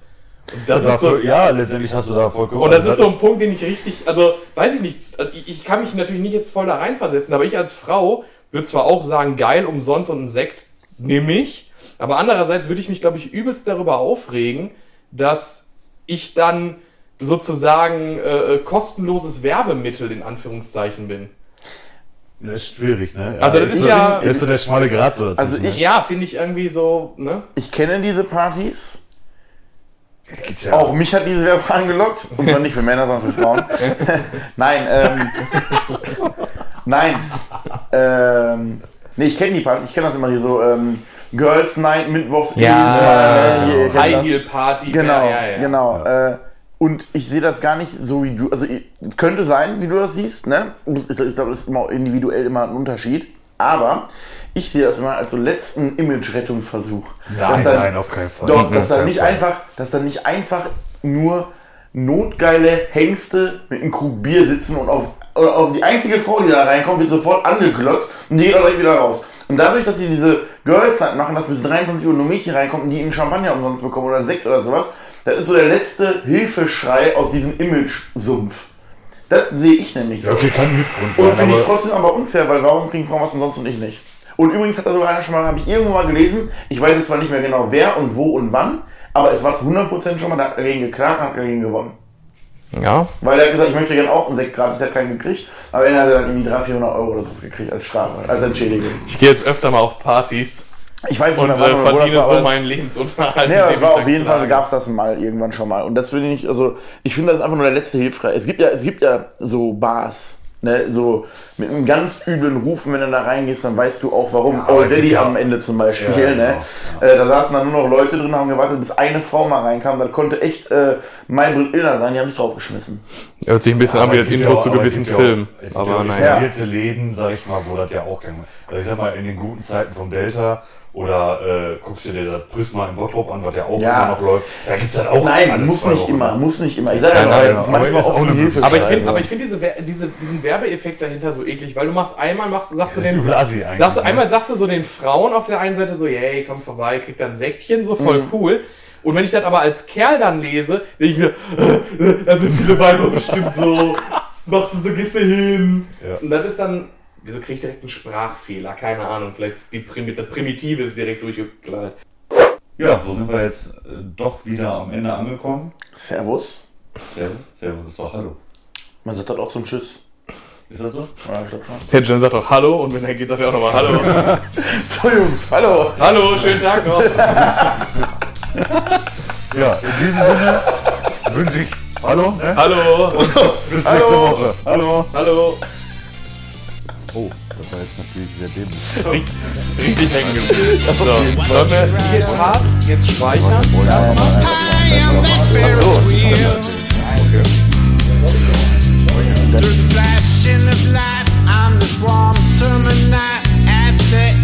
D: Und das ist so,
B: ja, letztendlich hast du da vollkommen
D: und ne? das ist so ein
B: Punkt.
D: Punkt, den ich richtig, also weiß ich nicht, also ich, ich kann mich natürlich nicht jetzt voll da reinversetzen, aber ich als Frau würde zwar auch sagen, geil, umsonst und ein Sekt nehme ich, aber andererseits würde ich mich, glaube ich, übelst darüber aufregen, dass ich dann sozusagen äh, äh, kostenloses Werbemittel in Anführungszeichen bin.
B: Das ist schwierig, ne?
D: Also das ist
B: so,
D: ja-
B: Das ist so der schmale Grat so dazwischen,
A: Also ich-
B: Ne?
D: Ja, finde ich irgendwie so, ne?
A: Ich kenne diese Partys.
B: Das gibt's ja
A: Auch mich hat diese Werbung angelockt. Und zwar nicht für Männer, sondern
B: [laughs]
A: für Frauen. nein, ähm, nein. Ähm, nee, ich kenne die Partys, ich kenne das immer hier so. Ähm, Girls Night, Mittwochs,
D: Ja.
A: jedes Mal, ne? Ihr kennt
D: High
A: das.
D: Heel Party. ja,
A: Genau,
D: ja, ja.
A: genau. Äh, und ich sehe das gar nicht so wie du. Also ich- es könnte sein, wie du das siehst, ne? Ich glaube, ich glaub, das ist immer individuell immer ein Unterschied. Aber ich sehe das immer als so letzten Image-Rettungsversuch.
B: Nein,
A: Dass dann-
B: nein, auf keinen Fall.
A: Doch,
B: Mhm.
A: dass
B: Auf
A: dann
B: keinen
A: nicht
B: Fall.
A: einfach, dass dann nicht einfach nur notgeile Hengste mit einem Krug Bier sitzen und auf, oder auf die einzige Frau, die da reinkommt, wird sofort angeglotzt und die geht auch direkt wieder raus. Und dadurch, dass sie diese Girls Night machen, dass bis 23 Uhr nur Mädchen reinkommen, die einen Champagner umsonst bekommen oder einen Sekt oder sowas, das ist so der letzte Hilfeschrei aus diesem Image-Sumpf. Das sehe ich nämlich so.
B: Ja, okay, kann ein Mitgrund
A: Und
B: sein,
A: finde ich
B: aber
A: trotzdem aber unfair, weil warum kriegen Frauen was und sonst und ich nicht? Und übrigens hat da sogar einer schon mal, habe ich irgendwo mal gelesen, ich weiß jetzt zwar nicht mehr genau wer und wo und wann, aber es war zu 100% schon mal, der hat dagegen geklagt und hat dagegen gewonnen.
D: Ja.
A: Weil er hat gesagt, ich möchte gerne auch einen Sekt gratis, der hat keinen gekriegt, aber er hat dann irgendwie 300, 400 Euro oder sowas gekriegt als Strafe, als Entschädigung.
D: Ich gehe jetzt öfter mal auf Partys
A: Ich weiß nicht
D: und
A: mehr,
D: äh,
A: wann oder wo das
D: verdiene
A: war,
D: so
A: aber
D: meinen Lebensunterhalt.
A: Nee, aber
D: indem
A: es
D: ich
A: war
D: da
A: auf jeden Fall
D: klage.
A: gab es das mal irgendwann schon mal. Und das finde ich, also ich finde das ist einfach nur der letzte Hilfsschrei. Es gibt ja, es gibt ja so Bars, ne, so mit einem ganz üblen Ruf, und wenn du da reingehst, dann weißt du auch warum. Already
B: ja. genau.
A: am Ende zum Beispiel,
B: Ja, genau.
A: ne? Äh, da saßen dann nur noch Leute drin, haben gewartet, bis eine Frau mal reinkam. Das konnte echt äh, Maybrit Illner sein, die haben sich draufgeschmissen.
D: Hört sich ein bisschen an wie
B: Aber
D: das
B: es gibt
D: Intro
B: ja auch-
D: zu
B: aber es
D: gewissen
B: gibt ja auch-
D: Filmen.
B: es gibt ja
D: Aber
B: auch
D: naja.
B: Etablierte Läden, sag ich mal, wo das ja auch gerne. Also ich sag mal, in den guten Zeiten vom Delta oder äh, guckst du dir das Prisma im Bottrop an, was ja auch
A: Ja.
B: immer noch läuft. Da gibt's dann auch
A: Nein,
B: alle
A: muss
B: zwei
A: nicht
B: Wochen. ne?
A: immer, muss nicht immer. Ich sage ja,
D: Nein, nein,
A: nur, weil es
B: aber
A: manchmal
B: ist
A: auch
B: auch
A: ein
B: eine
A: Hilfeschrei.
D: Aber ich finde
A: so.
D: aber ich find diese, Wer- diese, diesen Werbeeffekt dahinter so eklig, weil du machst einmal, machst du, sagst du
B: Das ist
D: den.
B: übel assi eigentlich.
D: Sagst du,
B: ne?
D: einmal sagst du so den Frauen auf der einen Seite so, yay, komm vorbei, krieg dann Säckchen, so voll cool. Und wenn ich das aber als Kerl dann lese, denke ich mir, "Äh, da sind viele Weiber bestimmt so, machst du so, gehst du hin.
B: Ja.
D: Und das ist dann, wieso krieg ich direkt einen Sprachfehler? Keine Ahnung, vielleicht die Primi das Primitive ist direkt durchgeknallt.
B: Ja, so sind wir jetzt äh, doch wieder am Ende angekommen.
A: Servus.
B: Servus, Servus ist doch Hallo.
A: Man sagt das auch zum Tschüss. [laughs]
B: Ist das so?
A: Ja, ich glaub schon.
D: Der Jim sagt doch Hallo und wenn er geht, sagt er auch nochmal Hallo.
A: So Jungs, hallo.
D: [laughs] Hallo, schönen Tag noch.
B: Ja, in diesem Sinne wünsche ich Hallo, ne?
D: Hallo,
B: bis
A: Hallo.
B: nächste Woche. Hallo.
D: hallo.
B: Oh, das war jetzt natürlich wieder dämlich.
D: Richtig, richtig hängen geblieben. So, sollen wir jetzt Harz, jetzt Speichern?
E: Through the flashing of light on this warm summer night at the